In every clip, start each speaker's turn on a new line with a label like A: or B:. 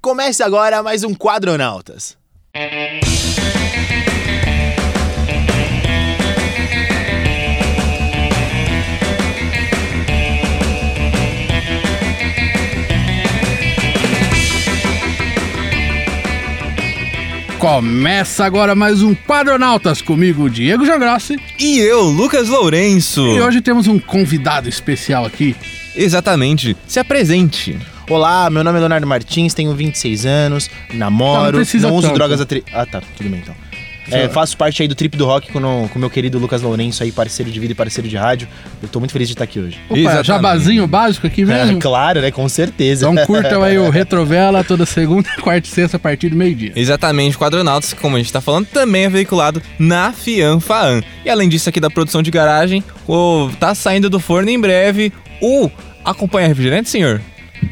A: Começa agora mais um Quadronautas.
B: Começa agora mais um Quadronautas comigo, Diego Jangrassi.
C: E eu, Lucas Lourenço.
B: E hoje temos um convidado especial aqui.
C: Exatamente. Se apresente.
A: Olá, meu nome é Leonardo Martins, tenho 26 anos,
B: Não, não
A: namoro,
B: precisa
A: não, uso
B: tanto.
A: drogas atri... Ah, tá, tudo bem então. É,
B: Senhor.
A: faço parte aí do Trip do Rock com o com o meu querido Lucas Lourenço aí, parceiro de vida e parceiro de rádio. Eu tô muito feliz de estar aqui hoje.
B: Opa, é
C: Exatamente.
B: jabazinho básico aqui mesmo.
A: É, claro, né? Com certeza.
B: Então curtam aí o Retrovela toda segunda, quarta e sexta a partir do meio-dia.
C: Exatamente, Quadronautas, como a gente tá falando, também é veiculado na Fianfaan. E além disso aqui da produção de garagem, o- tá saindo do forno em breve o Acompanha Refrigerante, senhor?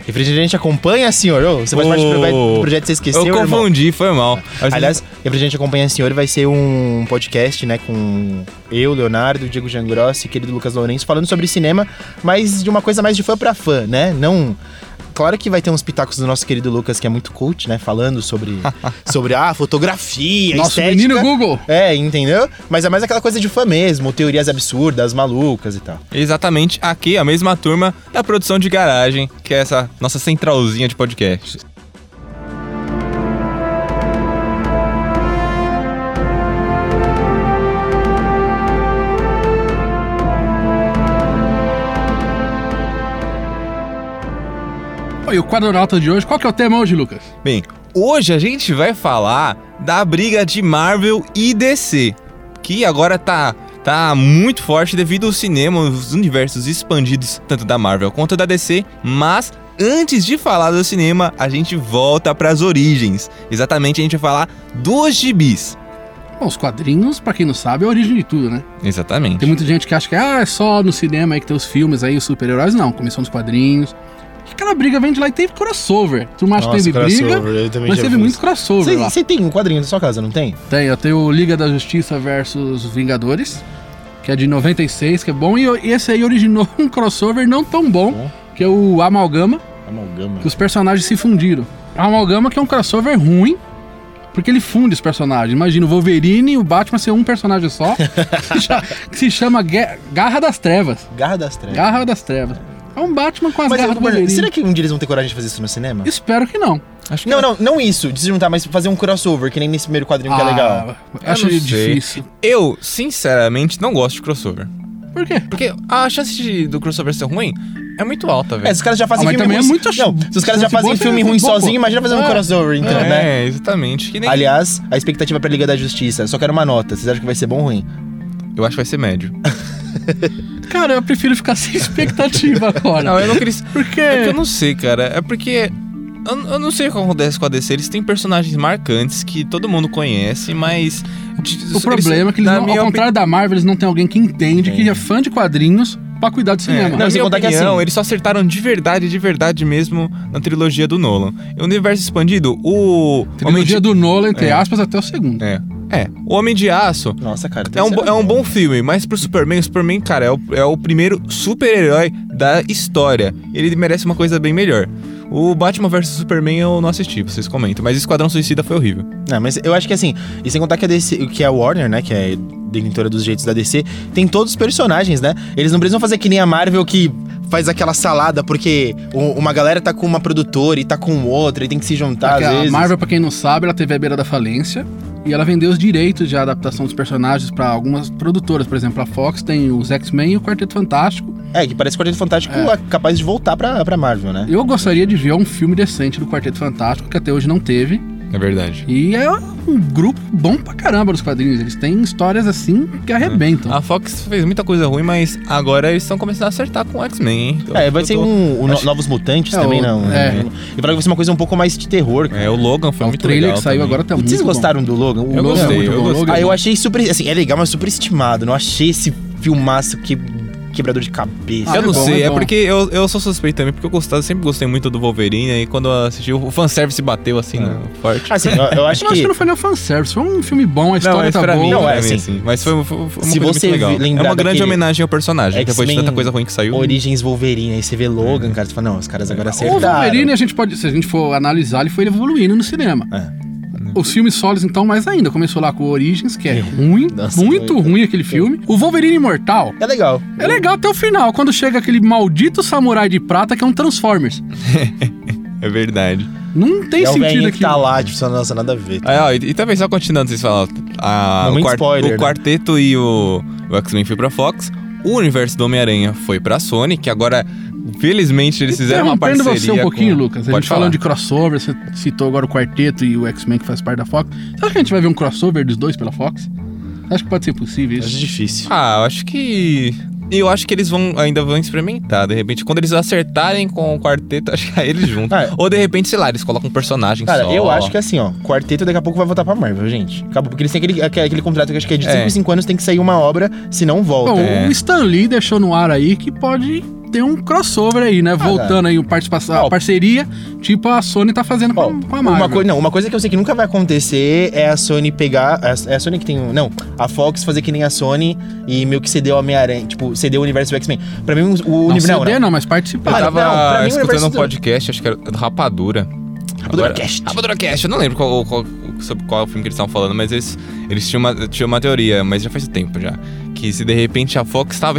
A: Refrigerante acompanha, senhor. Ô, você faz parte do
C: Ô,
A: projeto- do projeto que você esqueceu,
C: Eu
A: irmão?
C: confundi, foi mal.
A: Aliás, Refrigerante Acompanha Senhor vai ser um podcast, né, com eu, Leonardo, Diego Jangrossi, querido Lucas Lourenço, falando sobre cinema, mas de uma coisa mais de fã pra fã, né? Não. Claro que vai ter uns pitacos do nosso querido Lucas, que é muito cult, né? Falando sobre, sobre ah, fotografia,
B: Nosso
A: estética.
B: menino Google.
A: É, entendeu? Mas é mais aquela coisa de fã mesmo, teorias absurdas, malucas e tal.
C: exatamente aqui, a mesma turma da produção de garagem, que é essa nossa centralzinha de podcast.
B: E o Quadronautas de hoje, qual que é o tema hoje, Lucas?
C: Bem, hoje a gente vai falar da briga de Marvel e DC, que agora tá, tá muito forte devido ao cinema, os universos expandidos, tanto da Marvel quanto da DC, mas. Antes de falar do cinema, a gente volta pras origens. Exatamente, a gente vai falar dos gibis.
B: Bom, os quadrinhos, pra quem não sabe, é a origem de tudo, né? Tem
C: Exatamente.
B: muita gente que acha que ah, é só no cinema aí que tem os filmes aí, os super-heróis. Não, começou nos quadrinhos. Aquela briga vem de lá e teve crossover. Tu acha que teve briga,
A: eu também
B: mas
A: já
B: teve
A: vi
B: muito
A: isso.
B: crossover
A: Você
B: lá.
A: você tem um quadrinho da sua casa, não tem?
B: Tem, eu tenho o Liga da Justiça versus Vingadores, que é de 96, que é bom. E eu- e esse aí originou um crossover não tão bom,
A: Bom.
B: que é o Amalgama,
A: Amalgama.
B: que os personagens se fundiram. A Amalgama que é um crossover ruim, porque ele funde os personagens. Imagina o Wolverine e o Batman ser um personagem só, que, já- que se chama Gue- Garra das Trevas.
A: Garra das Trevas.
B: Garra das Trevas. É um Batman com as
A: Mas,
B: garras do
A: mano,
B: Wolverine.
A: será que um dia eles vão ter coragem de fazer isso no cinema?
B: Espero que não.
C: Acho é.
A: Não, não, não isso, de se juntar, mas fazer um crossover, que nem nesse primeiro quadrinho que é legal.
B: Ah, Acho
C: Eu não sei.
B: difícil.
C: Eu, sinceramente, não gosto de crossover.
B: Por quê?
C: Porque a chance de- do crossover ser ruim é muito alta, velho.
A: É, se os caras já fazem
B: Ah, mas
A: filme
B: também é
A: ruim.
B: muito
A: Não, se os caras já
B: chance boa,
A: fazem filme
B: tem-
A: ruim
B: boa,
A: sozinho,
B: boa.
A: imagina fazer um
B: É.
A: crossover, então, né?
C: É, exatamente. Que nem...
A: Aliás, a expectativa pra Liga da Justiça, só quero uma nota. Vocês acham que vai ser bom ou ruim?
C: Eu acho que vai ser médio.
B: Cara, eu prefiro ficar sem expectativa agora.
C: Não, eu não queria.
B: Por quê?
C: É que eu não sei, cara. É porque. Eu, eu não sei o que acontece com a DC. Eles têm personagens marcantes que todo mundo conhece, mas.
B: O problema é que eles
C: na
B: não,
C: minha
B: ao contrário da Marvel, eles não têm alguém que entende, que é fã de quadrinhos, pra cuidar do
C: opini- É,
B: cinema.
C: na
A: Não, sem
C: minha
A: contar que é
C: opinião,
A: assim.
C: eles só acertaram de verdade, de verdade mesmo na trilogia do Nolan. E o universo expandido, o. Homem de...
B: Trilogia do Nolan, entre aspas, até o segundo.
C: É. É. O Homem de Aço.
A: Nossa, cara.
C: É um,
A: terceira
C: bo- é um
A: vez.
C: bom filme, mas pro Superman, o Superman, cara, é o, é o primeiro super-herói da história. Ele merece uma coisa bem melhor. O Batman vs Superman eu não assisti, vocês comentam, mas Esquadrão Suicida foi horrível.
A: Não, mas eu acho que assim, e sem contar que a DC, que a Warner, né, que é detentora dos direitos da DC, tem todos os personagens, né? Eles não precisam fazer que nem a Marvel que faz aquela salada porque o- uma galera tá com uma produtora e tá com outra e tem que se juntar
B: Porque
A: às
B: Tá, É a
A: vezes.
B: Marvel, pra quem não sabe, ela teve à beira da falência e ela vendeu os direitos de adaptação dos personagens pra algumas produtoras. Por exemplo, a Fox tem os X-Men e o Quarteto Fantástico.
A: É, que parece que o Quarteto Fantástico
B: É.
A: é capaz de voltar pra, pra Marvel, né?
B: Eu gostaria de ver um filme decente do Quarteto Fantástico, que até hoje não teve.
C: É verdade.
B: E é um grupo bom pra caramba dos quadrinhos. Eles têm histórias assim que arrebentam.
C: A Fox fez muita coisa ruim, mas agora eles estão começando a acertar com o X-Men, hein? Então,
A: É, vai
C: eu
A: ser
C: tô-
A: um, o no-
C: acho-
A: Novos Mutantes
B: É,
A: também,
B: o-
A: não. né?
B: é.
A: E parece que vai ser uma coisa um pouco mais de terror. cara.
C: É, o Logan foi
B: É um
C: muito
B: trailer
C: legal
B: que saiu
C: também.
B: agora até muito
A: Vocês
B: bom.
A: gostaram do Logan? O
C: Eu
A: Logan
C: gostei,
A: é muito
C: eu
A: bom.
C: gostei.
A: Ah, eu achei super. Assim, é legal, mas super estimado. Não achei esse filmaço que quebrador de cabeça.
B: Ah,
C: eu não
B: é bom,
C: sei,
B: é
C: é,
B: bom.
C: porque eu, eu sou suspeito também, porque eu gostava, sempre gostei muito do Wolverine, e quando eu assisti, o fanservice bateu
B: É.
C: assim, no- forte.
A: Assim, eu, eu acho
B: Eu acho
A: que.
B: que não foi nem o fanservice, foi um filme bom, a história
C: mas
B: tá
C: pra
B: boa.
C: mim,
A: Não,
C: pra
A: é
C: mim,
A: assim,
C: Mas foi, foi- foi uma
A: se
C: coisa
A: você
C: muito legal. É
A: lembrar
C: uma grande
A: daquele
C: homenagem ao personagem, depois de
A: X-Men
C: tanta coisa ruim que saiu.
A: Origens Wolverine, aí você vê Logan, cara, você fala, não, os caras agora
B: O
A: acertaram.
B: Wolverine, a gente pode, se a gente for analisar, ele foi evoluindo no cinema.
A: É.
B: Os filmes solos, então, mais ainda. Começou lá com o Origins, que é
C: Uhum.
B: ruim,
A: Nossa,
B: muito
A: muito.
B: ruim aquele filme. O Wolverine Imortal
A: É legal.
B: é legal até o final, quando chega aquele maldito samurai de prata que é um Transformers.
C: É verdade.
B: Não tem
A: é o
B: sentido
A: velhinho
B: aqui.
A: que tá lá, tipo, só não nossa, nada a ver.
C: Aí, ó, e, e também só continuando, vocês falam, a, o,
A: Momento
C: quart-
A: spoiler,
C: o
A: né?
C: quarteto e o, o X-Men foi pra Fox, o universo do Homem-Aranha foi pra Sony, que agora, felizmente, eles fizeram uma
B: Interrompendo
C: parceria
B: você um pouquinho,
C: com...
B: Lucas. A
C: Pode
B: gente falando
C: falar.
B: de crossover, você citou agora o Quarteto e o X-Men que faz parte da Fox. Será que a gente vai ver um crossover dos dois pela Fox? Acho que pode ser possível
A: Acho
B: isso.
A: difícil.
C: Ah, eu acho que... Eu acho que eles vão ainda vão experimentar, de repente. Quando eles acertarem com o quarteto, acho que aí eles juntam.
A: Ah,
C: Ou de repente, sei lá, eles colocam um personagem
A: Cara,
C: só.
A: eu acho que assim, ó, quarteto daqui a pouco vai voltar pra Marvel, gente. Acabou, porque eles têm aquele, aquele, aquele contrato que acho que é um de
C: É.
A: 5 em 5 anos, tem que sair uma obra, senão volta.
B: Bom,
C: É.
B: o Stan Lee deixou no ar aí que pode ter um crossover aí, né? Voltando aí o participação, a
A: Ó.
B: parceria, tipo a Sony tá fazendo
A: Ó,
B: com, com a Marvel.
A: uma, coi- não, uma coisa que eu sei que nunca vai acontecer é a Sony pegar. a- É a Sony que tem. um- Não, a Fox fazer que nem a Sony e meio que cedeu a Homem-Aranha. Tipo, cedeu o universo do X-Men. Pra mim, o
B: Não,
A: universo.
B: CD não, mas participar.
C: Eu
A: né? Cara,
C: tava
A: não, pra mim o
C: escutando
A: universo
C: um
A: do-
C: podcast, acho que era do Rapadura.
A: Rapadura
C: Agora-
A: Cast.
C: Rapadura Cast, eu não lembro qual- qual- sobre qual filme que eles estavam falando, mas eles, eles tinham, uma, tinham uma teoria, mas já faz tempo já. Que se de repente a Fox estava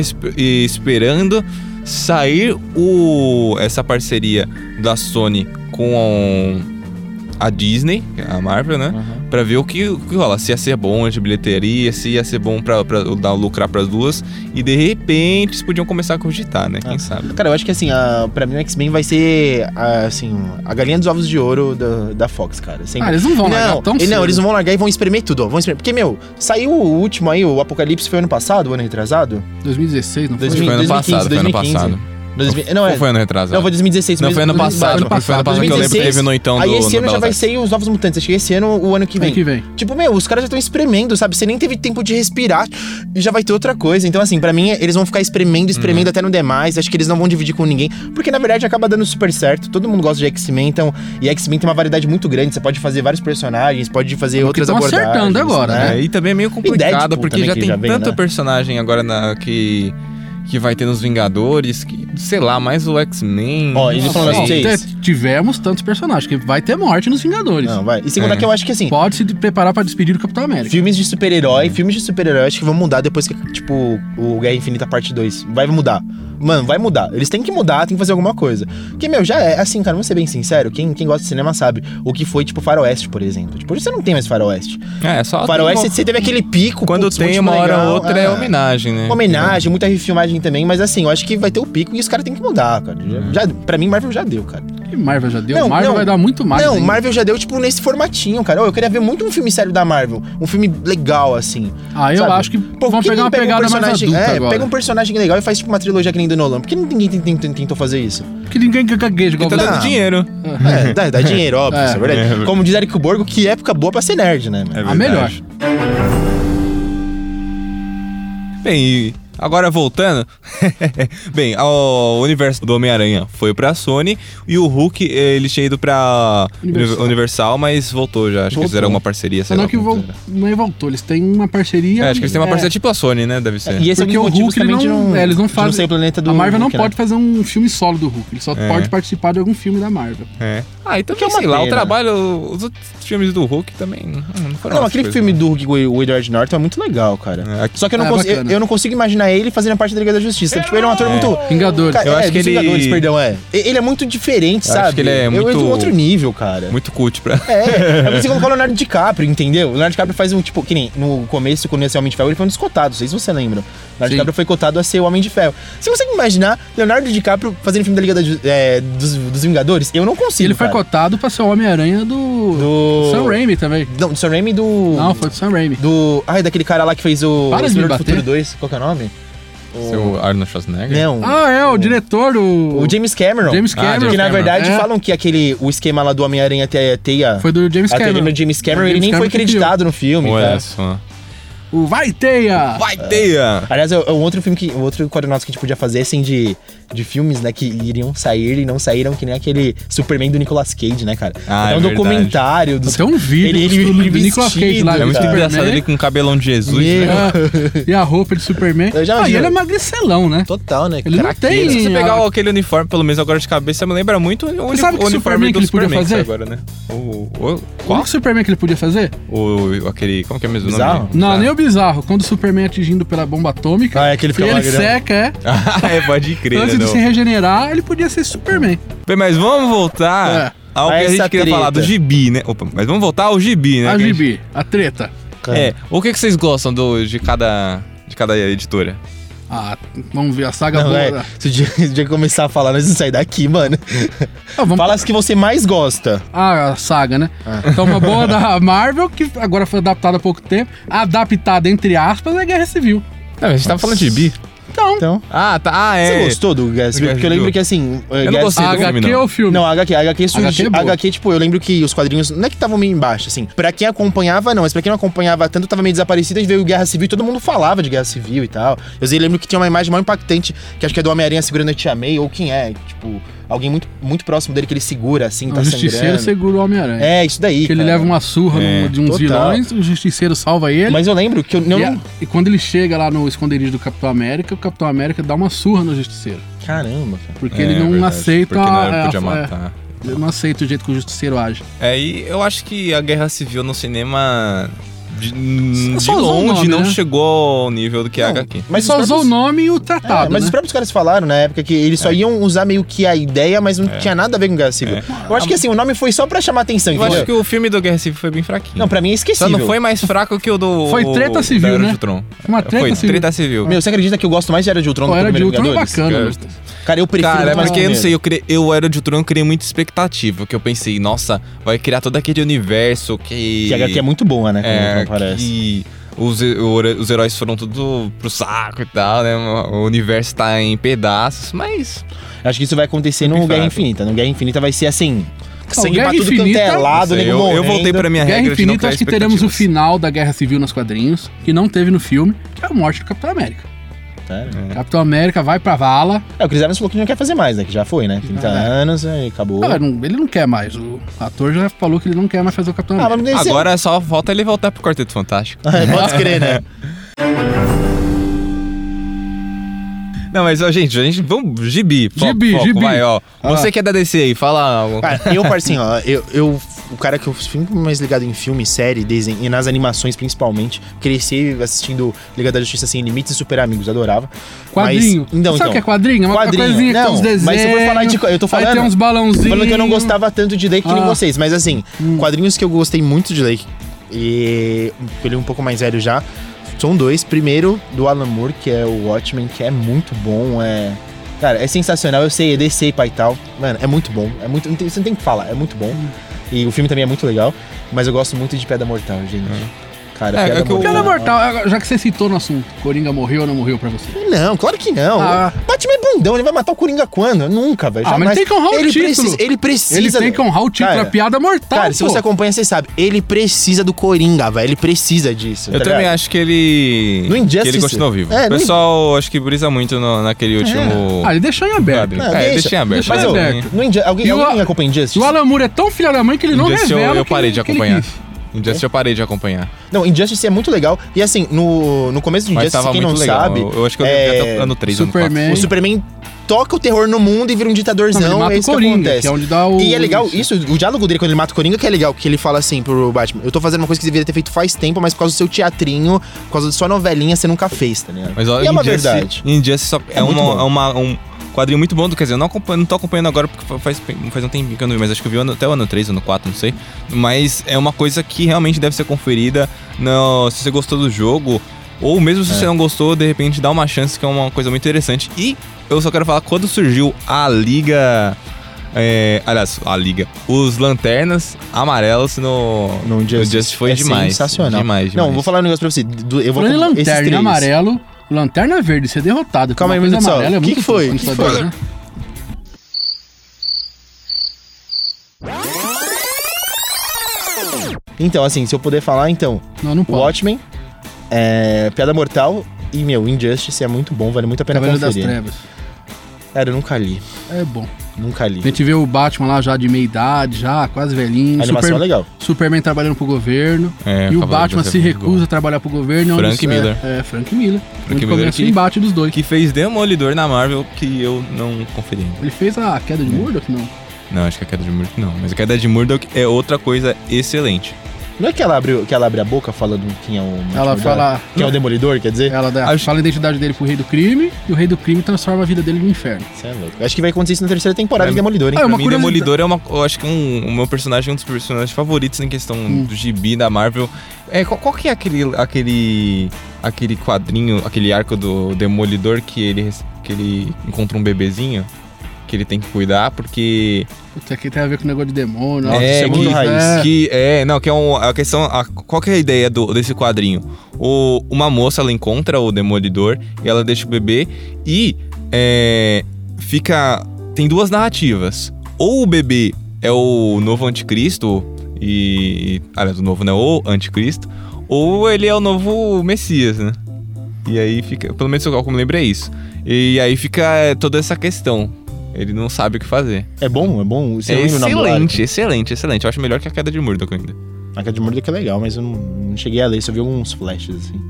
C: esperando sair o, essa parceria da Sony com a Disney, a Marvel, né?
A: Uhum.
C: Pra ver o que, o que rola, se ia ser bom de bilheteria, se ia ser bom pra, pra dar lucrar pras duas. E de repente eles podiam começar a cogitar, né? Quem
A: Ah.
C: sabe?
A: Cara, eu acho que assim, a, pra mim o X-Men vai ser a, assim, a galinha dos ovos de ouro da, da Fox, cara. Sempre.
B: Ah, eles não vão largar
A: não,
B: tão
A: e
B: cedo. né?
A: não, eles não vão largar e vão espremer tudo, ó. Vão espremer. Porque, meu, saiu o último aí, o Apocalipse foi ano passado, o ano retrasado?
B: 2016, não foi?
A: 2000.
C: Foi ano
A: 2015,
C: passado, foi ano
A: 2015.
C: passado.
A: Dois mil- não, é.
C: Ou foi ano retrasado?
A: Não, foi 2016
C: Não,
A: mesmo.
C: foi ano passado,
B: ano
C: porque foi ano
B: passado,
C: passado que eu lembro que teve o noitão
A: Aí
C: do né?
A: esse
C: do
A: ano já
C: Belas
A: vai
C: Artes.
A: ser os Novos Mutantes. Acho que esse ano, o ano que vem.
B: Ano que vem.
A: Tipo, meu, os caras já estão espremendo, sabe? Você nem teve tempo de respirar e já vai ter outra coisa. Então, assim, pra mim, eles vão ficar espremendo,
B: Uhum.
A: espremendo até não demais. Acho que eles não vão dividir com ninguém. Porque, na verdade, acaba dando super certo. Todo mundo gosta de X-Men, então. E X-Men tem uma variedade muito grande. Você pode fazer vários personagens, pode fazer
B: que
A: outras
B: tão
A: abordagens.
B: acertando agora, né?
C: É, e também é meio complicado,
A: Deadpool
C: porque
A: também
C: já
A: que
C: tem
A: já vem,
C: tanto
A: né?
C: personagem agora na- que, que vai ter nos Vingadores, que, sei lá, mais o X-Men.
A: Ó,
C: não
A: e me
C: sei.
A: falando assim,
B: Te-
A: vocês.
B: Tivemos tantos personagens, que vai ter morte nos Vingadores.
A: Não, vai. E segundo
C: É.
A: que eu acho que assim.
B: Pode se preparar pra despedir do Capitão América.
A: Filmes de super-herói, filmes de super-herói acho que vão mudar depois que, tipo, o Guerra Infinita parte 2. Vai mudar. Mano, vai mudar. Eles têm que mudar, tem que fazer alguma coisa. Porque, meu, já é assim, cara, vamos ser bem sincero. Quem, quem gosta de cinema sabe o que foi, tipo, Faroeste, por exemplo. Tipo, hoje você não tem mais Faroeste.
C: É, só.
A: Faroeste,
C: tem
A: você teve aquele pico.
C: uma- Quando
A: um putz,
C: tem
A: muito
C: uma hora
A: legal.
C: ou outra é
A: Ah,
C: homenagem, né?
A: Homenagem, muita refilmagem também, mas assim, eu acho que vai ter o pico e os caras têm que mudar, cara.
C: Uhum.
A: Já, já- pra mim, Marvel já deu, cara.
B: Que Marvel já deu.
A: Não,
B: Marvel
A: não.
B: vai dar muito mais.
A: não,
B: ainda.
A: Marvel já deu, tipo, nesse formatinho, cara. Ô, eu queria ver muito um filme sério da Marvel. Um filme legal, assim.
B: Ah, eu
A: sabe?
B: acho que
A: Pô,
B: vão
A: quem
B: pegar
A: não
B: uma
A: pega
B: pegada mais
A: personagem-
B: adulta
A: é,
B: agora.
A: Pega um personagem legal e faz tipo uma trilogia que nem do Nolan. Por que ninguém tem- tem- tem- tentou fazer isso?
B: Porque ninguém gagueja igual
C: Tá
A: Não.
C: dando dinheiro.
A: É, dá, dá dinheiro, óbvio,
B: É.
A: isso é verdade. Como diz Eric Borgo, que época boa pra ser nerd, né? mano?
C: É
B: A melhor.
C: verdade. Bem, e agora voltando. Bem, o universo do Homem-Aranha foi pra Sony e o Hulk, ele tinha ido pra
B: Universal.
C: Universal, mas voltou já. Acho
A: Voltou.
C: que fizeram uma parceria,
B: Só
C: sei
B: não
C: lá
B: que
C: como
B: vol-
C: que era.
B: não é voltou, eles têm uma parceria.
C: É, acho que eles têm uma
B: é,
C: parceria tipo a Sony, né? Deve ser.
A: E esse
B: Porque
A: é um
B: o
A: dos motivos
B: Hulk, ele
A: também de
B: não- é, eles não
A: de
B: fazem-
A: sair o planeta do
B: A Marvel não
A: Hulk, né?
B: pode fazer um filme solo do Hulk, ele só
C: É.
B: pode participar de algum filme da Marvel.
C: É. Ah, então
A: Que é uma
C: sei lá, o
A: pena.
C: trabalho, os outros filmes do Hulk também não não foram
A: Não,
C: as
A: aquele
C: coisas,
A: filme do Hulk com o Edward Norton é muito legal, cara.
C: né? É, aqui-
A: Só que eu não,
B: É,
A: cons- eu,
B: bacana.
A: eu não consigo imaginar ele fazendo parte da Liga da Justiça. Tipo, ele é um ator
C: É.
A: muito.
B: Vingadores.
A: Cara,
C: Eu
A: é,
C: acho que
A: dos
C: ele-
A: Vingadores, perdão, é. E- Ele é muito diferente,
C: Eu acho
A: sabe?
C: que ele é
A: Eu entro em
C: muito-
A: outro nível, cara.
C: Muito cult pra.
A: É, é por isso que eu falo Leonardo DiCaprio, entendeu? O Leonardo DiCaprio faz um, tipo, que nem no começo, quando ia ser Homem de Ferro, ele foi um dos cotados, não sei se você lembra. O Leonardo
B: Sim.
A: DiCaprio foi cotado a ser o Homem de Ferro. Você consegue imaginar Leonardo DiCaprio fazendo filme da Liga da Ju- é, dos, dos Vingadores? Eu não
B: E
A: consigo,
B: ele foi
A: cara.
B: cotado pra ser o Homem-Aranha do,
A: Do...
B: Sam Raimi também.
A: Não, do Sam Raimi e do...
B: Não, foi do Sam Raimi.
A: Do... Ai, daquele cara lá que fez o...
B: Para de
A: Exterminador
B: me
A: do
B: bater.
A: Futuro 2, qual que é o nome? É O-
C: Seu Arnold Schwarzenegger?
A: Não.
B: Ah, é, o diretor do
A: O James Cameron. Ah,
B: James Cameron.
A: Que, na
C: Cameron.
A: verdade,
B: É.
A: falam que aquele... O esquema lá do Homem-Aranha ter a teia...
B: Foi do James
A: a teoria
B: Cameron.
A: do James Cameron,
B: Foi o
A: ele
B: James
A: nem foi
B: Cameron que criou.
A: acreditado no filme, tá?
C: Olha
A: cara.
C: só.
B: O Vai Teia!
C: é Vai, teia!
A: Aliás, é um outro filme que. Um outro coordenado que a gente podia fazer, assim, de, de filmes, né, que iriam sair e não saíram, que nem aquele Superman do Nicolas Cage, né, cara?
C: Ah,
A: é
C: é
A: um
C: verdade.
A: documentário dos.
B: Tem um vídeo
A: Ele- ele-
B: do,
A: ele
B: do Nicolas Cage
A: vestido,
B: lá.
A: É
C: É muito
A: Cara.
C: engraçado ele com o cabelão de Jesus,
A: Meu.
C: né?
B: É, e a roupa de Superman.
A: Eu já
B: ah, e
A: vi.
B: ele é magricelão, né?
A: Total, né?
B: Ele não
A: Craqueiro.
B: tem-
C: Se você
B: Sim,
C: pegar
B: ó.
C: aquele uniforme, pelo menos agora de cabeça, me lembra muito o, uni-
B: sabe que
C: o
B: Superman
C: uniforme do
B: que ele podia
C: Superman que sai
B: fazer?
C: agora, né? O, o,
B: Qual
C: qual?
B: o Superman que ele podia fazer?
C: O, aquele, como que é mesmo o
A: Bizarro?
C: nome?
B: Não, nem o bizarro. Quando o Superman é atingido pela bomba atômica,
A: Tá. Ah, é que ele fica
B: ele
A: magrão.
B: seca, é.
C: Ah, é, pode crer, né?
B: Antes de
C: não?
B: se regenerar, ele podia ser Superman.
C: Bem, mas vamos voltar
B: É.
C: ao que
A: A
C: a gente
A: essa
C: queria
A: treta.
C: falar do gibi, né? Opa, mas vamos voltar ao gibi, né?
B: A
C: que gente-
B: Gibi, a treta.
A: É.
C: É, o que, que vocês gostam do, de cada de cada editora?
B: Ah, vamos ver a saga
A: Não,
B: boa.
A: é.
B: da-
A: Se o dia, se o dia começar a falar, nós vamos sair daqui, mano.
B: Ah, vamos
A: Fala as que você mais gosta.
B: Ah, a saga, né?
A: É.
B: Então, uma boa da Marvel, que agora foi adaptada há pouco tempo. Adaptada, entre aspas, é Guerra Civil.
C: Não, a gente tava falando de gibi.
B: Então,
A: Então.
C: Ah, tá. Ah,
A: Você
C: é.
A: gostou do Guerra Civil? Porque eu lembro que assim.
C: não
A: Guerra
C: gostei
B: a
C: do filme,
B: HQ
C: não.
B: ou é filme?
A: Não, a HQ, a HQ
B: HQ
A: surgiu.
B: é
A: A
B: boa.
A: HQ, tipo, eu lembro que os quadrinhos. Não é que estavam meio embaixo, assim. Pra quem acompanhava, não, mas pra quem não acompanhava tanto, tava meio desaparecido. E veio Guerra Civil e todo mundo falava de Guerra Civil e tal. Eu sei, lembro que tinha uma imagem mal impactante, que acho que é do Homem-Aranha segurando a Tia May, ou quem é, tipo, alguém muito, muito próximo dele que ele segura, assim,
B: o
A: tá
B: Justiceiro
A: sangrando.
B: segura o Homem-Aranha.
A: É, isso daí.
B: que ele
A: cara.
B: leva uma surra
C: É,
B: num- de uns
A: total.
B: vilões, o Justiceiro salva ele.
A: Mas eu lembro que eu não.
B: e, a- e quando ele chega lá no esconderijo do Capitão América, o Capitão América dá uma surra no Justiceiro.
A: Caramba, cara.
B: Porque
C: É,
B: ele não
C: verdade,
B: aceita.
C: Porque não era,
B: a-
C: podia
B: a-
C: matar.
B: é, ele não aceita o jeito que o Justiceiro age.
C: É, e eu acho que a Guerra Civil no cinema de, de
B: É só usou o
C: longe
B: nome,
C: não
B: né?
C: chegou ao nível do que é a HQ.
B: Mas
A: os
B: só
A: próprios-
B: usou o nome e o tratado.
A: É, mas
B: né?
A: os próprios caras falaram na época que eles
C: É.
A: só iam usar meio que a ideia, mas não tinha nada a ver com Guerra Civil. Eu acho que assim, o nome foi só pra chamar atenção,
C: Eu
A: entendeu?
C: acho que o filme do Guerra Civil foi bem fraquinho.
A: Não, pra mim é
C: Só
A: esquecível.
C: não foi mais fraco que o do.
B: Foi treta civil,
C: da Era
B: né?
C: de Ultron.
B: Uma treta
C: foi
B: civil.
C: treta civil.
A: Meu, você acredita que eu gosto mais de Era de Ultron
B: Pô,
A: do que
B: Era de
A: Primeiro
B: Ultron é
A: Vingadores?
B: bacana.
C: Cara,
B: né?
A: Cara, eu prefiro
C: Cara, é
A: muito mais
C: porque
A: o
C: eu não
A: primeiro.
C: sei, eu, cre... eu era de Ultron, eu criei muita expectativa, porque eu pensei, nossa, vai criar todo aquele universo que.
A: Que a HQ é muito boa, né?
C: É,
A: Como parece.
C: que os, he- o- os heróis foram tudo pro saco e tal, né? O universo tá em pedaços, mas.
A: Acho que isso vai acontecer no
C: Muito
A: Guerra
C: fraco.
A: Infinita. No Guerra Infinita vai ser assim. Sangue
B: Guerra
A: pra tudo
B: Infinita-
A: quanto é lado,
C: não sei,
A: nego
C: eu, eu
A: morrendo.
C: voltei pra minha
B: Guerra
C: regra de não
B: Infinita,
C: criar
B: acho que teremos o
C: expectativas.
B: final da Guerra Civil nos quadrinhos, que não teve no filme, que é a morte do Capitão América.
C: É.
A: Sério?
B: Capitão América vai pra vala.
A: É, o Chris Evans falou que não quer fazer mais, né? Que já foi, né? 30
B: Ah, é.
A: anos, aí acabou.
B: Ah,
A: Ah,
B: não- ele não quer mais. O ator já falou que ele não quer mais fazer o Capitão América.
A: Ah, mas deve ser-
C: Agora é só falta ele voltar pro Quarteto Fantástico.
A: Pode crer, né?
C: Não, mas, ó, gente, a gente. Vamos. Gibi. fo-
B: Gibi,
C: foco,
B: gibi.
C: Vai, ó.
A: Ah.
C: Você que é da DC aí, fala algo.
A: Cara, eu, parceiro, ó, eu, eu- O cara que eu fico mais ligado em filme, série, desenho, e nas animações principalmente. Cresci assistindo Liga da Justiça Sem Limites e Super Amigos, adorava.
B: Quadrinho.
A: Mas, então,
B: Sabe
A: então.
B: o que é quadrinho? É Uma
A: Quadrinho.
B: coisinha que tem
A: Não,
B: uns desenhos. um
A: mas se eu for falar de co- eu tô
B: Aí
A: falando-
B: tem uns balãozinhos.
A: Falando que eu não gostava tanto de Lake que nem
B: Ah.
A: vocês, mas assim, quadrinhos que eu gostei muito de Lake, e ele é um pouco mais velho já, são dois. Primeiro, do Alan Moore, que é o Watchmen, que é muito bom, é... Cara, é sensacional, eu sei, é DC e pai e tal. Mano, é muito bom, é muito... não tem- Você não tem o que falar, é muito bom.
B: Hum.
A: E o filme também é muito legal, mas eu gosto muito de Pedra Mortal, gente. Cara,
C: É, é
A: Pedra
C: que o-
B: Piada mortal, já que você citou no assunto, Coringa morreu ou não morreu pra você?
A: Não, claro que não.
B: Ah.
A: Batman é bundão, ele vai matar o Coringa quando? Nunca, velho.
B: Ah, mas
A: jamais.
B: tem que honrar o
A: ele
B: título.
A: Precisa, ele precisa.
B: Ele tem
A: velho.
B: que honrar o título,
A: Cara,
B: a piada mortal.
A: Cara, se
B: Tá, pô.
A: você acompanha, você sabe. Ele precisa do Coringa, velho. Ele precisa disso.
C: Eu
A: tá
C: também
A: ligado?
C: acho que ele.
A: No Injustice.
C: Que ele continuou vivo.
A: É,
C: o
A: no
C: pessoal acho que brisa muito no- naquele último.
B: Ah, ele deixou em aberto.
A: Não,
C: É,
A: deixa.
C: deixa em aberto.
A: Mas
B: Deixa em
A: eu-
B: aberto.
A: no Inju- alguém,
B: E o
A: alguém
B: a-
A: acompanha Injustice?
B: E o Alan Moore é tão filha da mãe que ele não
C: Injustice eu,
B: revela
C: eu
B: que
C: parei
B: ele-
C: de
B: que ele
C: acompanhar.
B: quis.
C: Injustice eu parei de acompanhar.
A: Não, Injustice é muito legal. E assim, no, no começo do
C: Mas
A: Injustice,
C: tava
A: quem
C: muito
A: não
C: legal.
A: sabe,
C: eu, eu acho que eu
A: é,
C: vi até o ano 3,
B: Superman.
A: o
C: ano
A: Superman toca o terror no mundo e vira um
B: Não, ele
A: ditadorzão.
B: mata
A: é
B: o
A: isso que
B: Coringa,
A: acontece.
B: que é onde dá o...
A: E é legal isso, o diálogo dele quando ele mata o Coringa que é legal, que ele fala assim pro Batman, eu tô fazendo uma coisa que você deveria ter feito faz tempo, mas por causa do seu teatrinho, por causa da sua novelinha, você nunca fez, tá ligado?
C: 4. Mas ó,
A: e é uma
C: Injustice-
A: verdade.
C: Injustice só é,
A: É muito
C: uma,
A: bom.
C: é uma- um quadrinho muito bom. Quer dizer, eu não, acompanho, não tô acompanhando agora porque fa- faz, faz um tempinho que eu não vi, mas acho que eu vi ano- até o ano 3, ano 4, não sei. Mas é uma coisa que realmente deve ser conferida. no- se você gostou do jogo, ou mesmo
A: É.
C: se você não gostou, de repente dá uma chance, que é uma coisa muito interessante. E eu só quero falar quando surgiu a Liga. é, aliás, a Liga. Os Lanternas Amarelas no.
A: No Injustice.
C: foi
A: É
C: demais.
A: sensacional.
C: Demais,
A: Não,
C: demais.
A: vou falar um negócio pra você. do- eu vou
B: Falando em
A: com- esses
B: lanterna em
A: três.
B: amarelo, lanterna verde ser derrotado.
A: Calma aí,
B: Uma coisa
A: minuto só.
B: amarela é
A: O que
B: muito
A: que foi?
B: triste
A: O que
B: quando
A: foi?
B: você vê, né?
A: Então, assim, se eu puder falar, então,
B: Não, não
A: o
B: pode.
A: então, Watchmen, É, Piada Mortal e, meu, Injustice é muito bom, vale muito a pena
B: Cavaleiro das
A: conferir.
B: Trevas.
A: Cara, eu nunca li,
B: É bom.
A: nunca
B: A
A: li.
B: gente vê o Batman lá já de meia idade, já quase velhinho.
A: A animação é
B: Super-
A: legal.
B: Superman trabalhando pro governo.
C: É,
B: e o
C: Cavaleiro
B: Batman se
C: das Trevas é muito
B: recusa a trabalhar pro governo. é um
C: Frank
B: dos- é,
C: Miller.
B: É, Frank Miller. onde
C: Miller
B: começa o
C: que-
B: embate dos dois.
C: Que fez Demolidor na Marvel que eu não conferi ainda.
B: Ele fez a queda de Murdoch, não?
C: Não, É. acho que a queda de Murdoch não. Mas a queda de Murdoch é outra coisa excelente.
A: Não é que ela abre, que ela abre a boca falando quem é o.
B: Ela
A: Matt Murdock?
B: fala-
A: Quem é o Demolidor, quer dizer?
B: Ela dá,
C: Acho-
B: fala a identidade dele pro rei do crime e o rei do crime transforma a vida dele no inferno.
A: Cê é louco. Acho que vai acontecer isso na terceira temporada de Demolidor, hein?
B: Ah, É
C: Pra
B: uma
C: mim,
B: curiosidade-
C: Demolidor é uma. Eu acho que um, o meu personagem é um dos personagens favoritos em questão do gibi da Marvel. Hum. É, qual, qual que é aquele, aquele. aquele quadrinho, aquele arco do Demolidor que ele, rece- que ele encontra um bebezinho? Que ele tem que cuidar, porque.
B: Isso aqui tem a ver com o negócio de demônio.
A: Nossa,
C: é,
A: isso é muito
C: que,
A: raiz.
C: que- é, não, que é um, a questão. a- qual que é a ideia do- desse quadrinho? O, uma moça ela encontra o demolidor e ela deixa o bebê e é, fica. Tem duas narrativas. Ou o bebê é o novo anticristo, e. Aliás, o novo não é o anticristo, ou ele é o novo Messias, né? E aí fica. Pelo menos eu como lembro é isso. E aí fica é, toda essa questão. Ele não sabe o que fazer
A: É bom, é bom. Você
C: é
A: lembra o nome do
C: excelente, excelente, excelente. Eu acho melhor que a queda de Murdoch ainda.
A: arco? A Queda de Murdoch é legal, mas eu não, não cheguei a ler, só vi alguns flashes, assim.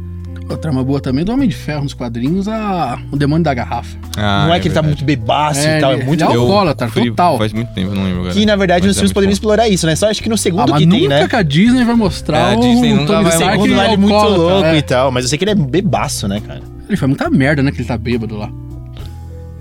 B: É, Outra uma boa também do Homem de Ferro nos quadrinhos, a... o demônio da garrafa.
C: Ah,
A: não é, que ele tá muito bebaço e tal, é muito
B: ele é
A: bom.
B: alcoólatra, total.
C: Faz muito tempo, eu não lembro agora.
A: Que na verdade
C: Mas
A: nos
C: é
A: filmes
C: muito
A: poderiam
C: bom.
A: explorar isso, né? Só acho que no
B: Ah,
A: segundo
B: mas
A: que
B: nunca
A: tem, né?
B: que a Disney vai mostrar
C: É, a
B: o
C: Disney nunca
B: Tony
C: vai
A: O
B: Stark
A: segundo lá ele é muito
B: alcoólatra,
A: louco
B: é.
A: e tal, mas eu sei que ele é bebaço, né, cara?
B: Ele faz muita merda, né, que ele tá bêbado lá.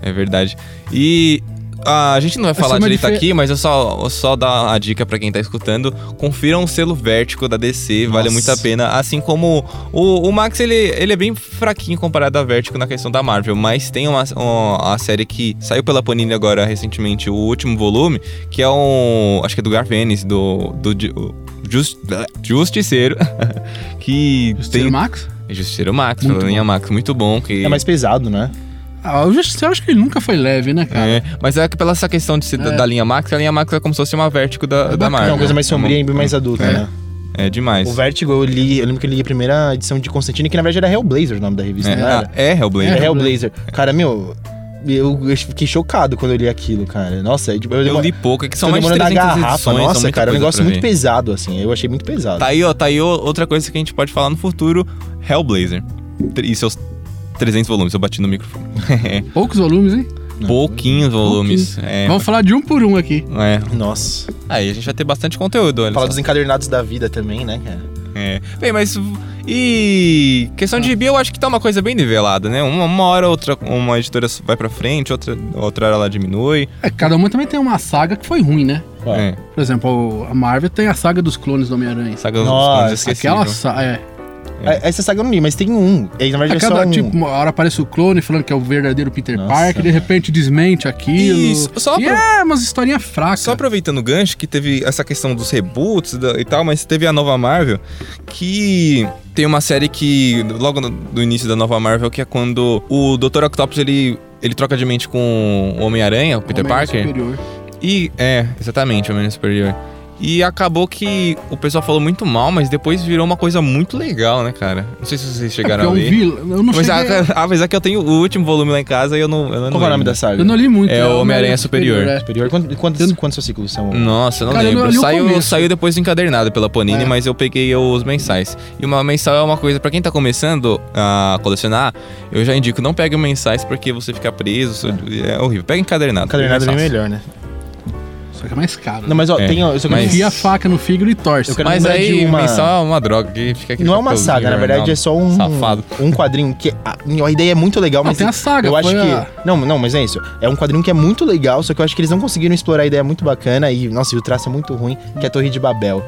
C: É verdade. E ah, a gente não vai falar
B: é uma
C: direito
B: dife-
C: aqui, mas eu só, eu só dar a dica pra quem tá escutando. Confiram o selo vértigo da DC, vale
A: Nossa.
C: muito a pena. Assim como o, o Max, ele, ele é bem fraquinho comparado a Vértigo na questão da Marvel, mas tem uma, uma- a série que saiu pela Panini agora recentemente, o último volume, que é um. Acho que é do Garvenis, do. do Ju- Jus- Justiceiro. que
B: Justiceiro Max?
C: tem. Justiceiro Max,
B: Muito
C: falando em Max, muito bom. Que...
A: É mais pesado, né?
B: Ah, o Justiceiro acho que ele nunca foi leve, né, cara?
C: É, mas é que pela essa questão de ser da,
B: É.
C: da linha Max, a linha Max é como se fosse uma vértigo da, da
A: É
C: Marvel.
A: uma coisa mais sombria e
C: É,
A: bem mais adulta,
B: É.
A: né?
C: É demais.
A: O Vertigo, eu li, eu lembro que eu li a primeira edição de Constantine, que na verdade era Hellblazer o nome da revista,
C: é,
A: não era?
C: ah, é Hellblazer.
A: É Hellblazer. Cara, meu, eu eu fiquei chocado quando eu li aquilo, cara. Nossa, é tipo, eu,
C: Eu
A: demoro-
C: li pouco, é que são
A: eu
C: mais de
A: demoro da
C: 300
A: garrafa.
C: edições. são
A: Nossa,
C: muita
A: cara, é um
C: coisa
A: negócio
C: pra
A: muito
C: ver.
A: pesado, assim. Eu achei muito pesado.
C: Tá aí, ó, tá aí ó, outra coisa que a gente pode falar no futuro, Hellblazer. Tr- E seus 300 volumes, eu bati no microfone.
B: Poucos volumes, hein?
C: Pouquinhos volumes. É,
B: Vamos falar de um por um aqui.
C: é.
A: Nossa.
C: Aí a gente vai ter bastante conteúdo, olha
A: Falar
C: só.
A: dos encadernados da vida também, né, cara?
C: É. Bem, mas. E. Questão de gibi, eu acho que tá uma coisa bem nivelada, né? Uma, uma hora, outra, uma editora vai pra frente, outra, outra hora ela diminui.
B: É, cada uma também tem uma saga que foi ruim, né?
A: Ué.
C: É.
B: Por exemplo, o- a Marvel tem a saga dos clones do Homem-Aranha.
C: Saga dos
A: Nossa,
C: Clones Esquecível.
B: Aquela saga. É.
A: É, Essa saga eu não li, mas tem um. É, na verdade
B: A
A: é só
B: cada,
A: um.
B: tipo, uma hora aparece o clone falando que é o verdadeiro Peter
A: Nossa,
B: Parker, de
A: mano.
B: repente desmente aquilo.
C: Isso, só
B: E
C: pra-
B: é umas historinhas fracas.
C: Só aproveitando o gancho, que teve essa questão dos reboots da- e tal, mas teve a nova Marvel, que tem uma série que, logo no, do início da nova Marvel, que é quando o Dr. Octopus, ele, ele troca de mente com o Homem-Aranha, o Peter
B: Homem
C: Parker.
B: Superior.
C: E, é, exatamente, Homem-Aranha Superior. E acabou que o pessoal falou muito mal, mas depois virou uma coisa muito legal, né, cara? Não sei se vocês
B: É, porque
C: chegaram
B: é um
C: a ler.
B: vil... Eu não
C: Mas
B: cheguei...
C: a- apesar que eu tenho o último volume lá em casa e eu não. Eu não
A: Qual que é o nome
C: lembro.
A: da saga?
B: Eu não li muito.
C: É o Homem-Aranha Superior.
B: é.
A: Superior. Quantos, quantos, quantos seus ciclos são?
C: Nossa, eu não
B: Cara, eu
C: lembro.
B: li o
C: saiu,
B: começo.
C: saiu depois do encadernado pela Panini,
B: É.
C: mas eu peguei os mensais. E uma mensal é uma coisa, pra quem tá começando a colecionar, eu já indico, não pegue mensais porque você fica preso, você- é, horrível. Pega encadernado.
A: Encadernado é bem
C: mensais.
A: melhor, né?
B: Só que é mais caro.
A: Não, mas ó,
C: É,
A: tem. ó, Eu só quero
C: mas-
B: Enfia a faca no fígado e torce.
A: Eu quero-
C: Mas
A: lembrar de
C: aí,
A: uma-
C: mensal é uma droga que fica aqui.
A: Não é uma saga, na verdade é só um.
C: Safado.
A: Um quadrinho que. A, a ideia é muito legal,
B: Não,
A: mas.
B: Ah, tem a saga.
A: eu acho
B: foi
A: que.
B: a-
A: Não, não, mas é isso. É um quadrinho que é muito legal, só que eu acho que eles não conseguiram explorar a ideia muito bacana e, nossa, e o traço é muito ruim, que é a Torre de Babel.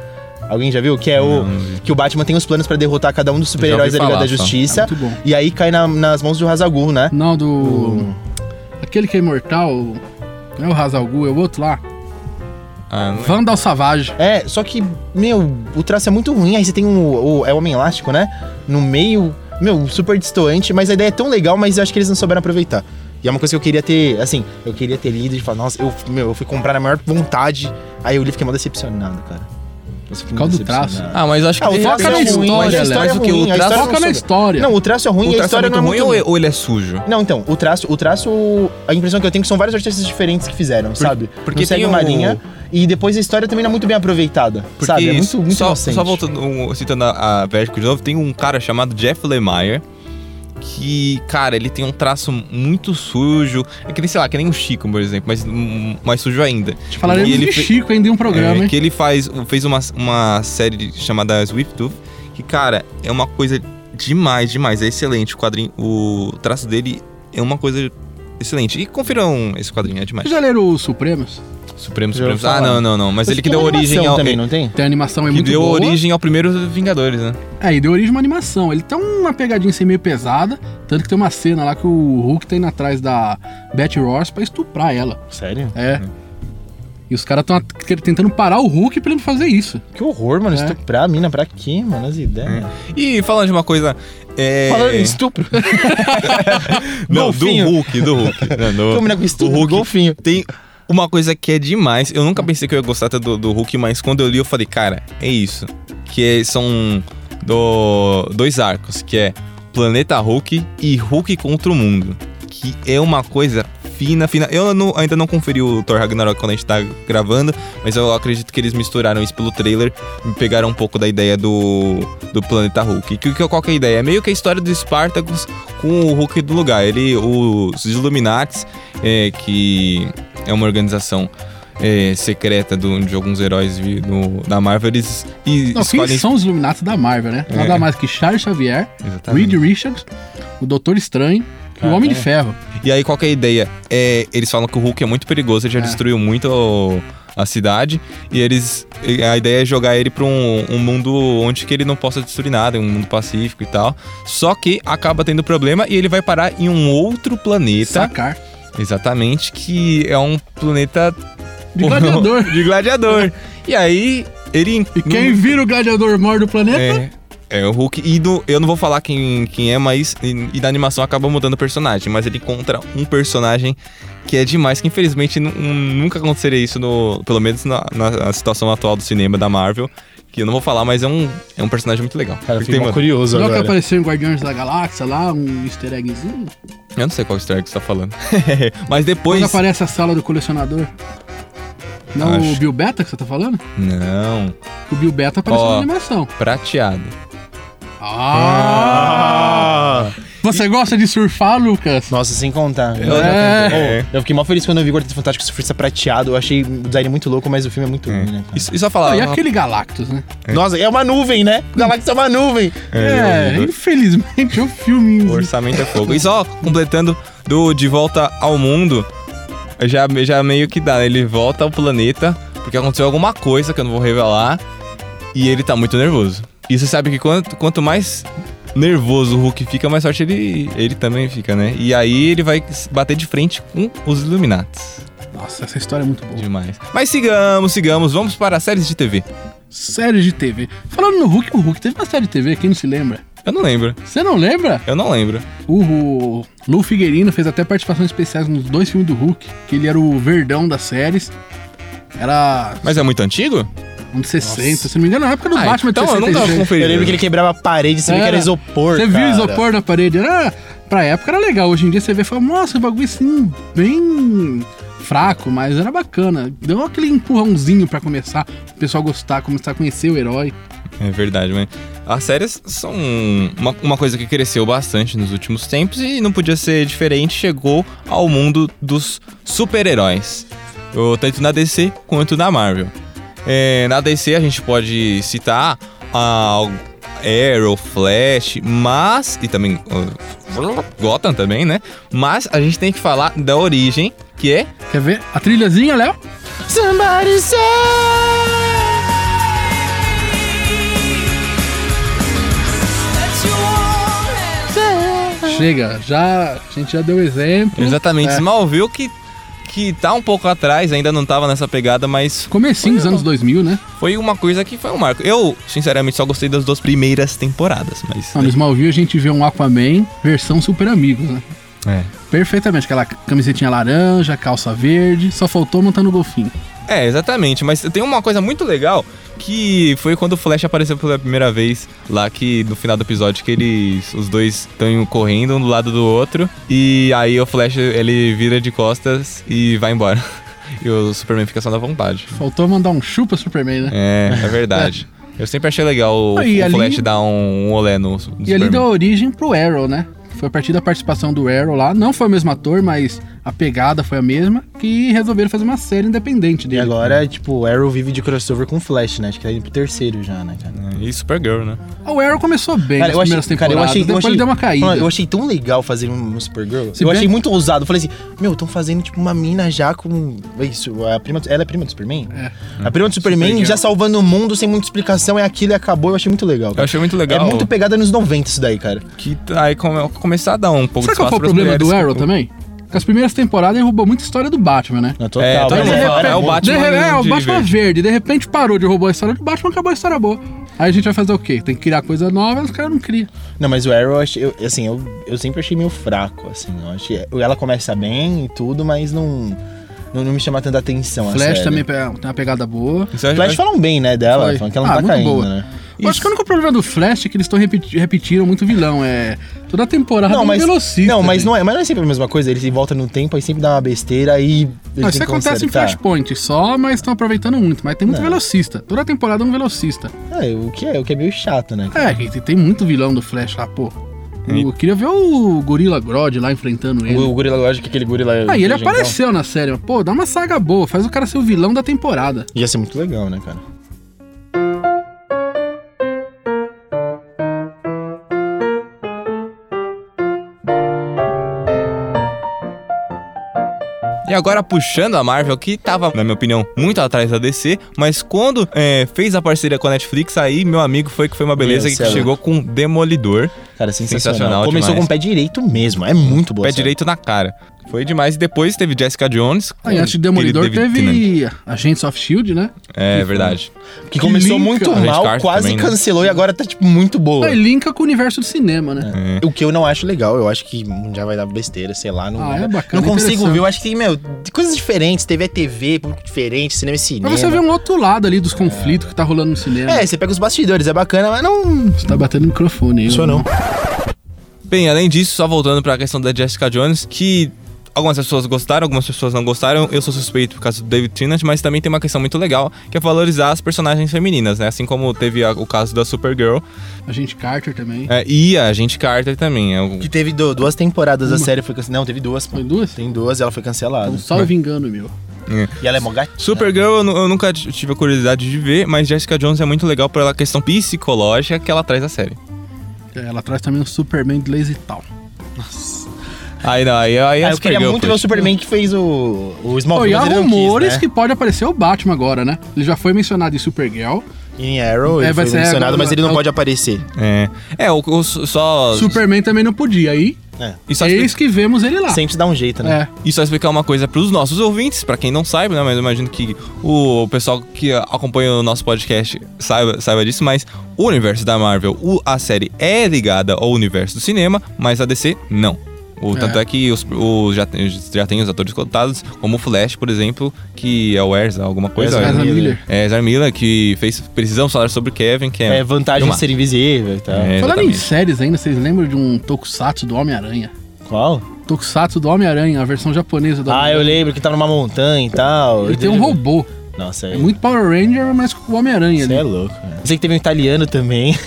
A: Alguém já viu? Que é o. Que o Batman tem os planos pra derrotar cada um dos super-heróis da
C: ouvi
A: Liga da
C: falar só.
A: Justiça.
B: É Muito bom.
A: E aí cai na- nas mãos do Hazagul, né?
B: Não, do. Aquele que é imortal. Não é o Hazalgu, é o outro lá.
C: Ah, não-
B: Vandal Savage.
A: É, só que, meu, o traço é muito ruim. Aí você tem um. O, é o Homem Elástico, né? No meio. Meu, super distoante, mas a ideia é tão legal, mas eu acho que eles não souberam aproveitar. E é uma coisa que eu queria ter, assim, eu queria ter lido e falar, nossa, eu, meu, eu fui comprar na maior vontade. Aí eu li e fiquei mal decepcionado, cara. Esse filme
B: causa do
A: decepcionado.
B: traço.
C: Ah, mas acho que
A: Ah, o
C: de
A: traço
B: foca
C: repente-
B: na
A: é ruim,
B: história,
A: mas a
B: Léo.
A: história é
C: né? Mas o que?
A: ruim,
C: O
A: a
C: traço
A: história
B: Foca na
A: não soube.
B: história.
A: Não, o traço é ruim
C: O
A: e a
C: traço é
A: história não
C: muito
A: é
C: ruim
A: muito
C: ou
A: boa.
C: é- ou ele é sujo?
A: Não, então, o traço, o traço, a impressão que eu tenho é que são vários artistas diferentes que fizeram, sabe?
C: porque
A: Não segue
C: tem
A: uma
C: o-
A: linha e depois a história também não é muito bem aproveitada,
C: Porque
A: sabe? É muito, muito
C: só,
A: inocente.
C: só voltando, um, citando a, a Vertigo de novo, tem um cara chamado Jeff Lemire que, cara, ele tem um traço muito sujo. É que nem, sei lá, que nem o Chico, por exemplo, mas hum, mais sujo ainda.
B: Falaremos
C: E ele
B: de
C: fe-
B: Chico ainda em um programa,
C: É,
B: hein?
C: que ele faz, fez uma, uma série chamada Swift Tooth, que, cara, é uma coisa demais, demais. É excelente. O quadrinho, o traço dele é uma coisa excelente. E confiram esse quadrinho, é demais.
B: Vocês já leram os Supremos?
C: Supremo,
A: Já ouvi
C: Supremo. Ah,
A: falar.
C: não, não, não.
A: Mas
C: Mas ele
A: tem
C: que deu
A: uma
C: origem
A: animação
C: ao.
A: também,
C: ele-
A: não tem?
B: Tem a animação é
C: que
B: muito
C: deu
B: boa.
C: origem ao primeiro Vingadores, né?
B: É, e deu origem a uma animação. Ele tem uma pegadinha assim meio pesada, tanto que tem uma cena lá que o Hulk tá indo atrás da Betty Ross pra estuprar ela.
A: Sério?
B: É.
C: Hum.
B: E os caras estão tentando parar o Hulk pra ele não fazer isso.
A: Que horror, mano.
B: É.
A: Estuprar a mina pra quê, mano? As ideias.
C: E falando de uma coisa. É...
A: Falando em estupro.
C: Não, do
A: golfinho.
C: Hulk, do Hulk. Não, do-
A: Combina com estupro,
C: o Hulk
A: golfinho.
C: Tem uma coisa que é demais. Eu nunca pensei que eu ia gostar tanto do, do Hulk, mas quando eu li, eu falei, cara, é isso. Que é- são do- dois arcos, que é Planeta Hulk e Hulk contra o Mundo. Que é uma coisa fina, fina. Eu não- ainda não conferi o Thor Ragnarok quando a gente tá gravando, mas eu acredito que eles misturaram isso pelo trailer me pegaram um pouco da ideia do, do Planeta Hulk. Que, que, qual que é a ideia? É meio que a história do Spartacus com o Hulk do lugar. Ele, os Illuminates, é, que é uma organização é, secreta do- de alguns heróis vi- no- da Marvel, eles e,
B: Não, quem
C: escolhem...
B: são os Illuminati da Marvel, né?
C: É. Tá
B: Nada mais que Charles Xavier, Reed
C: Exatamente.
B: Richards, o Doutor Estranho e o
A: Ah,
B: Homem
A: é?
B: de Ferro.
C: E aí, qual que é a ideia? É, eles falam que o Hulk é muito perigoso, ele já
B: É.
C: destruiu muito a cidade, e eles... A ideia é jogar ele pra um, um mundo onde que ele não possa destruir nada, um mundo pacífico e tal. Só que acaba tendo problema e ele vai parar em um outro planeta.
B: Sacar.
C: Exatamente, que é um planeta
B: De gladiador.
C: de gladiador. e aí, ele...
B: E quem vira o gladiador maior do planeta?
C: É, é o Hulk. E do- eu não vou falar quem, quem é, mas. E, e da animação acaba mudando o personagem. Mas ele encontra um personagem que é demais, que infelizmente nu- um, nunca aconteceria isso, no, pelo menos na, na situação atual do cinema da Marvel. Que eu não vou falar, mas é um, é um personagem muito legal.
A: Cara, eu
C: Porque
A: fiquei
C: tem
A: mó
C: uma-
A: curioso
B: Não é o que
A: agora.
B: apareceu em Guardiões da Galáxia lá, um easter eggzinho.
C: Eu não sei qual história que você tá falando. mas depois.
B: Quando aparece a sala do colecionador. Não
C: Acho.
B: o Bill Beta que você tá falando?
C: Não,
B: O Bill Beta apareceu
C: Ó.
B: na animação.
C: prateado.
B: Ah! Você gosta de surfar, Lucas?
A: Nossa, sem contar.
C: Eu
A: Eu,
B: já
C: tentei.
A: Oh, eu fiquei mó feliz quando eu vi Quarteto Fantástico Surfista Prateado. Eu achei o design muito louco, mas o filme é muito ruim, né? cara?
C: E, e só falar.
B: e aquele Galactus, né?
A: Nossa, é uma nuvem, né? Galáxia é uma nuvem.
C: É,
B: É, infelizmente é um filme.
C: O orçamento é fogo. E só completando do De Volta ao Mundo, já, já meio que dá, né? Ele volta ao planeta, porque aconteceu alguma coisa que eu não vou revelar, e ele tá muito nervoso. E você sabe que quanto, quanto mais nervoso o Hulk fica, mais forte ele, ele também fica, né? E aí ele vai s- bater de frente com os Illuminates.
B: Nossa, essa história é muito boa.
C: Demais. Mas sigamos, sigamos, vamos para séries de TV.
B: Séries de TV. Falando no Hulk, o Hulk teve uma série de TV, quem não se lembra?
C: Eu não lembro,
B: Você não lembra?
C: eu não lembro.
B: O Lu Figueiredo fez até participações especiais nos dois filmes do Hulk, que ele era o verdão das séries. Era
C: Mas é muito antigo?
B: uns 60, se não me engano, na época do
C: Ah,
B: Batman de
C: então eu nunca
B: 66.
C: conferi.
A: Eu lembro que ele quebrava a parede, você vê que
B: Era.
A: era isopor.
B: É. Você viu
A: cara.
B: isopor na parede? Era, pra época era legal. Hoje em dia você vê e fala, nossa, o bagulho assim, bem fraco, mas era bacana. Deu aquele empurrãozinho pra começar, o pessoal gostar, começar a conhecer o herói.
C: É verdade, mas as séries são uma, uma coisa que cresceu bastante nos últimos tempos e não podia ser diferente. Chegou ao mundo dos super-heróis, Ô, tanto na DC quanto na Marvel. É, na DC a gente pode citar a Arrow, Flash, mas. e também. ó, Gotham também, né? Mas a gente tem que falar da origem, que é
B: Quer ver? A trilhazinha, Léo?
A: Somebody say-
B: Chega, já, a gente já deu exemplo.
C: exatamente
B: É.
C: Smallville, que, que tá um pouco atrás, ainda não tava nessa pegada, mas
B: Comecinho dos anos 2000, né?
C: Foi uma coisa que foi um marco. Eu, sinceramente, só gostei das duas primeiras temporadas, mas.
B: Não, no Smallville a gente vê um Aquaman versão Super Amigos, né?
C: É.
B: Perfeitamente, aquela camisetinha laranja, calça verde, só faltou montar no golfinho.
C: É, exatamente. Mas tem uma coisa muito legal que foi quando o Flash apareceu pela primeira vez lá que no final do episódio que eles os dois estão correndo um do lado do outro e aí o Flash ele vira de costas e vai embora. E o Superman fica só na vontade.
B: Faltou mandar um chupa Superman, né?
C: É, é verdade. Eu sempre achei legal o,
B: Ah, e
C: o
B: ali-
C: Flash dar um, um olé no su-
B: E ali
C: Superman.
B: deu origem pro Arrow, né? Foi a partir da participação do Arrow lá. Não foi o mesmo ator, mas a pegada foi a mesma. E resolveram fazer uma série independente
A: E
B: dele.
A: agora, tipo, o Arrow vive de crossover com o Flash, né? Acho que tá indo pro terceiro já, né, cara?
C: E Supergirl, né?
B: O Arrow começou bem nas primeiras
A: É, cara,
B: temporadas. depois ele deu uma caída.
A: Mano, eu achei tão legal fazer um, um Supergirl.
B: Se
A: eu
B: bem-
A: achei muito ousado. Eu Falei assim, meu, estão fazendo tipo uma mina já com. Isso, a prima, do- ela é prima do Superman?
B: É.
A: A prima do Superman
C: Supergirl.
A: já salvando o mundo sem muita explicação, é aquilo e acabou. Eu achei muito legal.
C: Eu
A: cara.
C: achei muito legal.
A: É muito pegada nos 90 isso daí, cara.
C: que tá- aí come, começar a dar um pouco
B: Sabe
C: de
B: qual foi
C: espaço
B: o
C: pras
B: problema do
C: mulheres.
B: Arrow também? Que as primeiras temporadas ele roubou muita história do Batman, né?
A: Na total,
C: É,
A: mas
C: total,
A: ele
B: é,
A: era
C: é o
A: bom.
C: Batman
B: De re- é, o
C: de
B: Batman
C: verde.
B: verde. De repente parou de roubar a história do Batman, acabou a história boa. Aí a gente vai fazer o quê? Tem que criar coisa nova, os caras não criam.
A: Não, mas o Arrow, eu achei- eu- assim, eu, eu sempre achei meio fraco, assim. Eu achei, ela começa bem e tudo, mas não, não, não me chama tanta atenção. a
B: Flash
A: É série.
B: também pe- tem uma pegada boa.
C: Isso eu acho-
A: Flash falam bem, né, dela.
B: Foi.
A: Falam que ela não
B: Ah,
A: tá
B: muito
A: caindo,
B: boa.
A: né?
B: Eu acho que o único problema do Flash é que eles estão repeti repetindo muito vilão. É. Toda temporada é
A: Não,
B: um
A: mas,
B: velocista.
A: não, mas
B: velho.
A: não é, mas não é sempre a mesma coisa. Eles voltam no tempo, aí sempre dá uma besteira e. é eles
B: Não, Ah, isso
A: têm que
B: acontece em
A: consertar.
B: Flashpoint só, mas estão aproveitando muito. Mas tem muito
A: Não.
B: velocista. Toda temporada é um velocista.
A: É, o que é, o que é meio chato, né?
B: É, gente, tem muito vilão do Flash lá, pô.
C: E-
B: Eu queria ver o Gorila Grodd lá enfrentando
C: É.
B: ele.
A: O, o gorila, lógico que aquele gorila.
B: Aí Ah, ele
A: inteligentão.
C: então,
B: apareceu na série, mas, pô, dá uma saga boa, faz o cara ser o vilão da temporada.
A: Ia ser muito legal, né, cara?
C: E agora puxando a Marvel, que tava, na minha opinião, muito atrás da DC, mas quando é, fez a parceria com a Netflix, aí meu amigo foi que foi uma beleza
A: Meu
C: que
A: céu.
C: chegou com Demolidor,
A: Cara, é sensacional.
C: Sensacional
A: Começou
C: demais.
A: com o pé direito mesmo. É muito boa.
C: pé
A: série.
C: direito na cara. Foi demais. E depois teve Jessica Jones.
A: É,
C: com
B: Aí antes de
C: aquele
B: Demolidor
C: David Tennant.
B: teve Agents of Shield, né?
C: É verdade.
A: Que começou
B: linka.
A: muito
C: A gente
A: mal,
C: Carter
A: quase
C: também, né?
A: cancelou e agora tá, tipo, muito boa.
B: Aí linka com o universo do cinema, né?
A: O que eu não acho legal, eu acho que já vai dar besteira, sei lá. Não,
B: Ah, é bacana,
A: Não consigo
B: interessante.
A: ver, eu acho que tem, meu, coisas diferentes. TV é TV, público diferente, cinema é cinema.
B: Pra você ver um outro lado ali dos conflitos que tá rolando no cinema.
A: É, você pega os bastidores, é bacana, mas não.
B: Você tá batendo no microfone aí.
A: Sou não.
C: Bem, além disso, só voltando pra questão da Jessica Jones, que algumas pessoas gostaram, algumas pessoas não gostaram. Eu sou suspeito por causa do David Tennant, mas também tem uma questão muito legal, que é valorizar as personagens femininas, né? Assim como teve a- o caso da Supergirl
B: A gente Carter também.
C: é, e a gente Carter também. é o-
A: Que teve du- duas temporadas da série, foi cancelada. Não, teve duas. pô.
B: Foi duas?
A: Tem duas, ela foi cancelada.
B: Então, salve engano, meu.
A: E ela é mó gatinha.
C: Supergirl eu, nu- eu nunca t- tive a curiosidade de ver, mas Jessica Jones é muito legal pela questão psicológica que ela traz à série.
B: É, Ela traz também o Superman de Lazy Town.
C: Aí não, aí, aí
A: Ah,
C: a
A: eu queria
C: Supergirl,
A: muito ver o
C: poxa.
A: Superman que fez o, o
B: Pô, e
A: Smallville.
B: há
A: mas ele não quis,
B: rumores
A: né?
B: que pode aparecer o Batman agora, né? Ele já foi mencionado em Supergirl.
A: Em Arrow,
B: É,
A: ele
B: vai
A: foi
B: ser
A: mencionado,
B: agora-
A: mas ele não
B: é o-
A: pode aparecer.
C: É, é o, o- só...
B: Superman também não podia. Aí,
A: É.
C: E só,
B: é
C: expli-
B: eis que vemos ele lá.
A: Sempre se dá um jeito, né?
B: É.
C: e só explicar uma coisa pros nossos ouvintes, pra quem não sabe, né? Mas eu imagino que o pessoal que acompanha o nosso podcast saiba, saiba disso, mas o universo da Marvel, o- a série é ligada ao universo do cinema, mas a DC não. O,
B: É.
C: Tanto é que os, o- já, tem- já tem os atores cotados, como o Flash, por exemplo, que é o Erza, alguma coisa.
A: Ezra
B: Ezra
A: Miller.
B: Miller.
C: É, Ezra Miller, que fez Precisamos Falar sobre Kevin, que é...
A: É, vantagem
C: Vamos lá.
A: de ser invisível e tal.
C: É,
B: Falando em
C: exatamente.
B: séries ainda, vocês lembram de um Tokusatsu do Homem-Aranha?
A: Qual?
B: Tokusatsu do Homem-Aranha, a versão japonesa do
A: Ah, eu lembro que tá numa montanha e tal.
B: Ele tem um robô.
A: Nossa,
B: É muito Power Ranger, mas com o Homem-Aranha
A: Você
B: ali.
A: é louco. Né? Sei que teve um italiano também.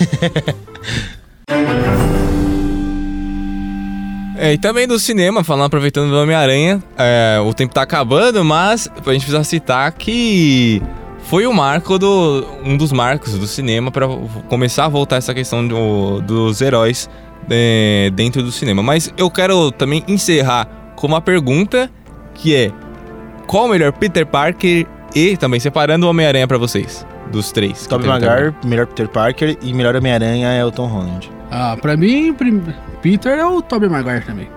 C: É, e também do cinema, falando, aproveitando do Homem-Aranha, é, o tempo tá acabando, mas a gente precisa citar que foi o marco do. um dos marcos do cinema pra começar a voltar essa questão do- dos heróis é, dentro do cinema. Mas eu quero também encerrar com uma pergunta que é qual o melhor Peter Parker e também separando o Homem-Aranha pra vocês? Dos três. que
A: Tobey
C: tem também.
A: Maguire, melhor Peter Parker e melhor Homem-Aranha é o Tom Holland.
B: Ah, pra mim, prim- Peter é o Tobey Maguire também.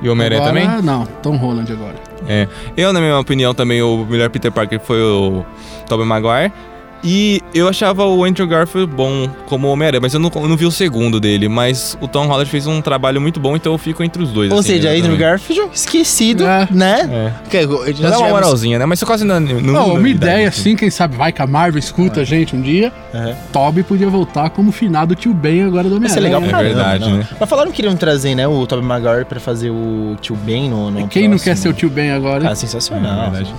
C: E o Homem-Aranha
B: Agora,
C: também?
B: Não, Tom Holland agora.
C: É. Eu, na minha opinião, também o melhor Peter Parker foi o Tobey Maguire. E eu achava o Andrew Garfield bom como Homem-Aranha, mas eu não, eu não vi o segundo dele. Mas o Tom Holland fez um trabalho muito bom, então eu fico entre os dois.
A: Ou
C: assim,
A: seja,
C: eu
A: Andrew
C: também.
A: Garfield, esquecido,
B: É.
A: né?
C: É.
A: Que, nós
C: Já dá uma
A: tivemos-
C: moralzinha, né? Mas eu quase não. não-
B: Não, uma
C: novidade,
B: ideia assim, quem sabe vai que a Marvel escuta a gente um dia.
A: Aham.
B: Toby podia voltar como finado tio Ben agora do
A: É. Isso é
B: Homem-Aranha.
A: legal
C: É
A: pra caramba,
C: verdade,
A: não.
C: né?
A: Mas falaram que queriam trazer, né, o Tobey Maguire pra fazer o Tio Ben no, no
B: E Quem não quer ser
A: próximo.
B: o tio Ben agora? hein?
A: Ah, sensacional.
C: É verdade.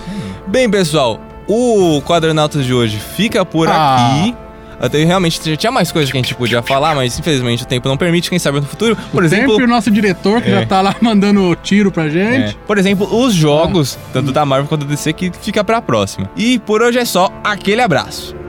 C: Bem, pessoal, o Quadronautas de hoje fica por
B: Ah.
C: aqui. Até realmente tinha- tinha mais coisas que a gente podia falar, mas infelizmente o tempo não permite, quem sabe no futuro. Por
B: o
C: exemplo,
B: Sempre o nosso diretor que
C: É.
B: já tá lá mandando tiro pra
C: é,
B: gente.
C: por exemplo, os jogos, tanto da Marvel quanto da DC, que fica pra próxima. E por hoje é só, aquele abraço.